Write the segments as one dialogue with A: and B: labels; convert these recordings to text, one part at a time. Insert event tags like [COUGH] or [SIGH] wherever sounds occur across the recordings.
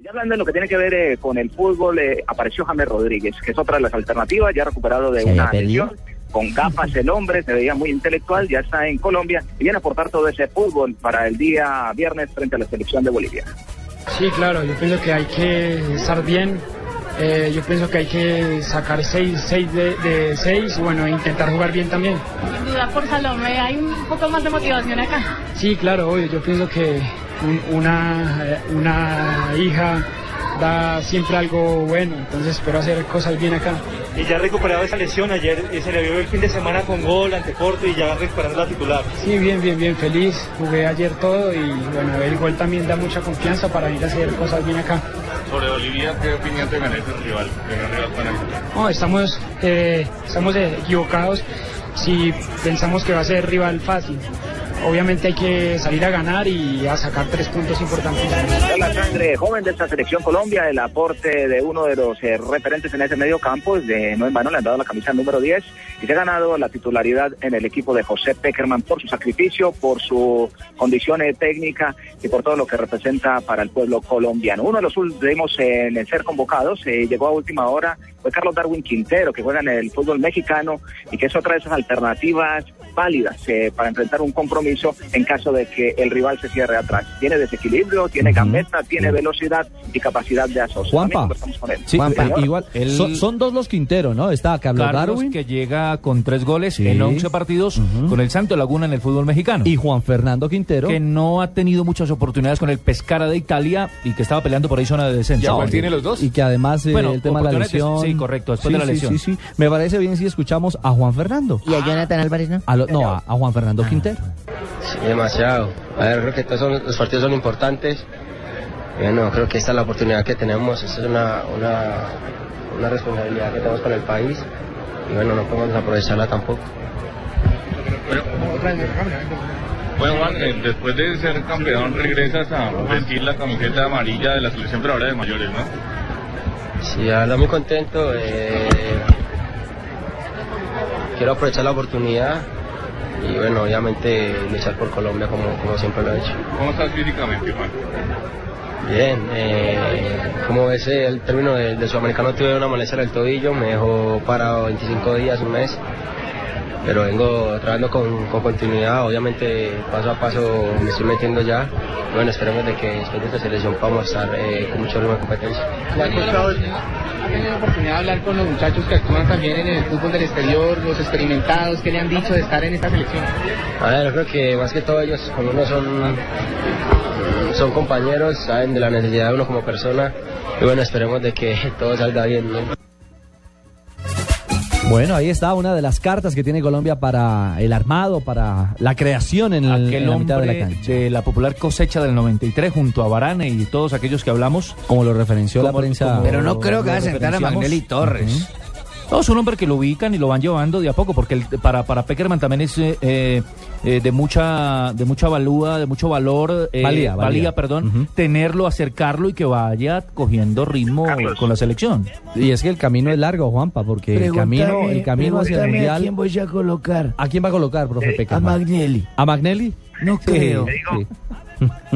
A: Ya hablando de lo que tiene que ver eh, con el fútbol, eh, apareció James Rodríguez, que es otra de las alternativas, ya recuperado de
B: ¿Se
A: una
B: había perdido?
A: lesión. Con capas el hombre, se veía muy intelectual, ya está en Colombia y viene a aportar todo ese fútbol para el día viernes frente a la selección de Bolivia.
C: Sí, claro, yo pienso que hay que estar bien. eh, yo pienso que hay que sacar 6 seis, de, de seis, bueno, e intentar jugar bien también.
D: Sin duda por Salomé hay un poco más de motivación acá.
C: Sí, claro, obvio, yo pienso que un- una, eh, una hija da siempre algo bueno, entonces espero hacer cosas bien acá.
E: Y ya ha recuperado esa lesión, ayer eh, se le vio el fin de semana con gol ante Porto y ya va recuperando la titular.
C: Sí, bien, bien, bien, feliz, jugué ayer todo y bueno, el gol también da mucha confianza para ir a hacer cosas bien acá.
F: Sobre Bolivia, ¿qué opinión te merece el rival? El rival para el-
C: No, estamos, eh, estamos eh, equivocados si pensamos que va a ser rival fácil. Obviamente hay que salir a ganar y a sacar tres puntos importantes.
A: Ya la sangre joven de esta selección Colombia, el aporte de uno de los eh, referentes en ese medio campo, es de no en vano le han dado la camisa número 10 y se ha ganado la titularidad en el equipo de José Peckerman por su sacrificio, por su condición eh, técnica y por todo lo que representa para el pueblo colombiano. Uno de los últimos en ser convocados eh, llegó a última hora fue Carlos Darwin Quintero, que juega en el fútbol mexicano y que es otra de esas alternativas válidas eh, para enfrentar un compromiso en caso de que el rival se cierre atrás. Tiene desequilibrio, tiene gambeta, tiene velocidad y capacidad de asocio.
G: Juanpa.
A: También conversamos con él.
G: Sí, eh,
A: Sí,
F: eh,
B: Juanpa,
A: señor.
B: igual,
G: El-
B: son, son dos los Quintero, ¿no? Está Carlos,
G: Carlos
B: Darwin
G: que llega con tres goles
B: Sí.
G: en 11 partidos
B: Ujú.
G: con el Santo Laguna en el fútbol mexicano.
B: y Juan Fernando Quintero.
G: que no ha tenido muchas oportunidades con el Pescara de Igual y que estaba peleando por ahí zona de descenso.
F: Ya, ¿cuál tiene los dos?
B: Y que además eh,
G: Bueno,
B: el tema de la
G: oportunidades,
B: lesión.
G: sí, correcto, después de la
B: sí,
G: lesión.
B: Sí, sí, Me parece bien si escuchamos a Juan Fernando.
H: Y a Jonathan Álvarez, ¿no? Ah.
B: A lo- no, a, a Juan Fernando Quintero.
I: Sí, demasiado. A ver, creo que todos son- los partidos son importantes. Bueno, creo que esta es la oportunidad que tenemos. Esta es una, una, una responsabilidad que tenemos con el país. Y bueno, no podemos aprovecharla tampoco.
F: Bueno, Juan, eh, después de ser campeón, regresas a vestir la camiseta amarilla de la selección, pero ahora de mayores, ¿no?
I: Sí, la verdad, muy contento. eh, quiero aprovechar la oportunidad. Y bueno, obviamente luchar por Colombia como, como siempre lo he hecho.
F: ¿Cómo estás físicamente, Juan?
I: Bien, eh, como ves eh, el término de, de sudamericano tuve una molestia en el tobillo, me dejó parado 25 días, un mes, pero vengo trabajando con, con continuidad, obviamente paso a paso me estoy metiendo ya, bueno esperemos de que después de esta selección podamos estar eh, con mucho ritmo de competencia.
H: ¿Ha tenido oportunidad de hablar con los muchachos que actúan también en el fútbol del exterior, los experimentados? ¿Qué le han dicho de estar en esta selección?
I: A ver, yo creo que más que todo ellos, como uno son, son compañeros, saben de la necesidad de uno como persona, y bueno esperemos de que [LAUGHS] todo salga bien. ¿no?
B: Bueno, ahí está una de las cartas que tiene Colombia para el armado, para la creación en, el- en
G: Aquel
B: la mitad de
G: hombre
B: la cancha.
G: popular cosecha del 93 junto a Barane y todos aquellos que hablamos.
B: Como lo referenció la
G: Como-
B: prensa.
G: como-
H: Pero no creo que
G: lo
H: vaya a sentar a
G: referenciamos.
H: Magnelli Torres.
G: No, es un hombre que lo ubican y lo van llevando de a poco, porque el- para, para Peckerman también es eh, eh, eh, de mucha de mucha valúa, de mucho valor, eh,
B: Valía, valía.
G: perdón,
B: Ujú.
G: tenerlo, acercarlo y que vaya cogiendo ritmo
A: Carlos.
G: con la selección.
B: Y es que el camino es largo, Juanpa, porque el camino, el camino hacia el mundial.
H: voy a colocar?
B: ¿A quién va a colocar,
J: Eh,
B: profe Peckerman?
H: Magnelli.
B: ¿A Magnelli?
H: No creo.
A: Te digo,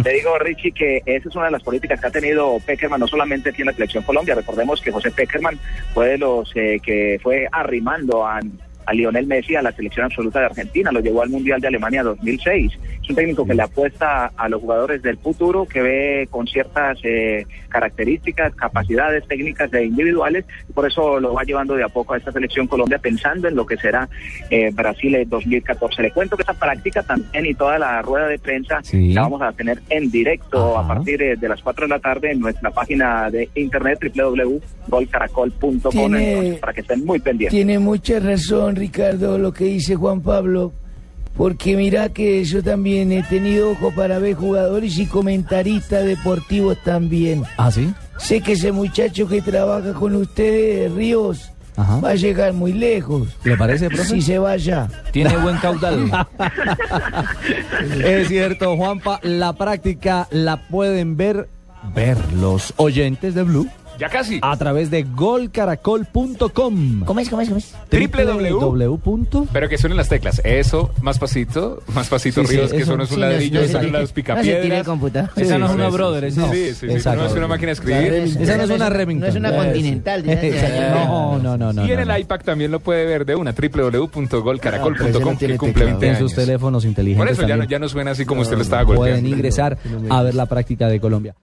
A: te digo, Richie, que esa es una de las políticas que ha tenido Peckerman, no solamente aquí en la selección Colombia. Recordemos que José Peckerman fue de los eh, que fue arrimando a, a Lionel Messi a la selección absoluta de Argentina, lo llevó al Mundial de Alemania 2006. Es un técnico que le apuesta a los jugadores del futuro, que ve con ciertas eh, características, capacidades técnicas de individuales, y por eso lo va llevando de a poco a esta selección Colombia pensando en lo que será eh, Brasil en 2014. Le cuento que esa práctica también y toda la rueda de prensa
B: Sí.
A: la vamos a tener en directo
B: Ajá.
A: a partir eh, de las 4 de la tarde en nuestra página de internet www.golcaracol.com
H: Tiene-
A: entonces, para que estén muy pendientes.
H: Tiene mucha razón, Ricardo, lo que dice Juan Pablo, porque mira que yo también he tenido ojo para ver jugadores y comentaristas deportivos también.
B: ¿Ah, sí?
H: Sé que ese muchacho que trabaja con ustedes, Ríos,
B: Ajá.
H: va a llegar muy lejos.
B: ¿Le parece, profe?
H: Si se vaya.
G: Tiene buen caudal.
B: Es cierto, Juanpa, la práctica la pueden ver, ver los oyentes de Blue
J: Ya casi. Ah,
B: a través de golcaracol.com.
K: ¿Cómo es? ¿Cómo es? ¿Cómo es?
J: www.
B: www.
J: Pero que suenen las teclas. Eso, más pasito, más pasito,
B: Sí, sí,
J: Ríos, que
B: eso
J: eso no es
B: sí,
J: un
B: no se
J: ladrillo, eso
B: tire.
J: no es los
K: No se tire el
J: picapiedras.
K: computador.
G: Esa no es una
J: sí,
G: brother,
J: Sí,
G: esa no.
J: sí, sí, sí,
B: Exacto.
J: no es una máquina de escribir.
B: Esa no es una Remington.
K: No es una
B: [LAUGHS]
K: Continental. ya, ya, ya.
B: No, no, no, no.
J: Y en
B: no, no.
J: el iPad también lo puede ver de una,
K: No, pero ese
J: www.golcaracol.com,
K: no tiene
J: que cumple
K: teclado.
J: 20
B: En
J: años.
B: sus teléfonos
J: Por
B: inteligentes
J: eso ya no,
B: también
J: ya no suena así como usted lo estaba golpeando.
B: pueden ingresar a ver la práctica de Colombia.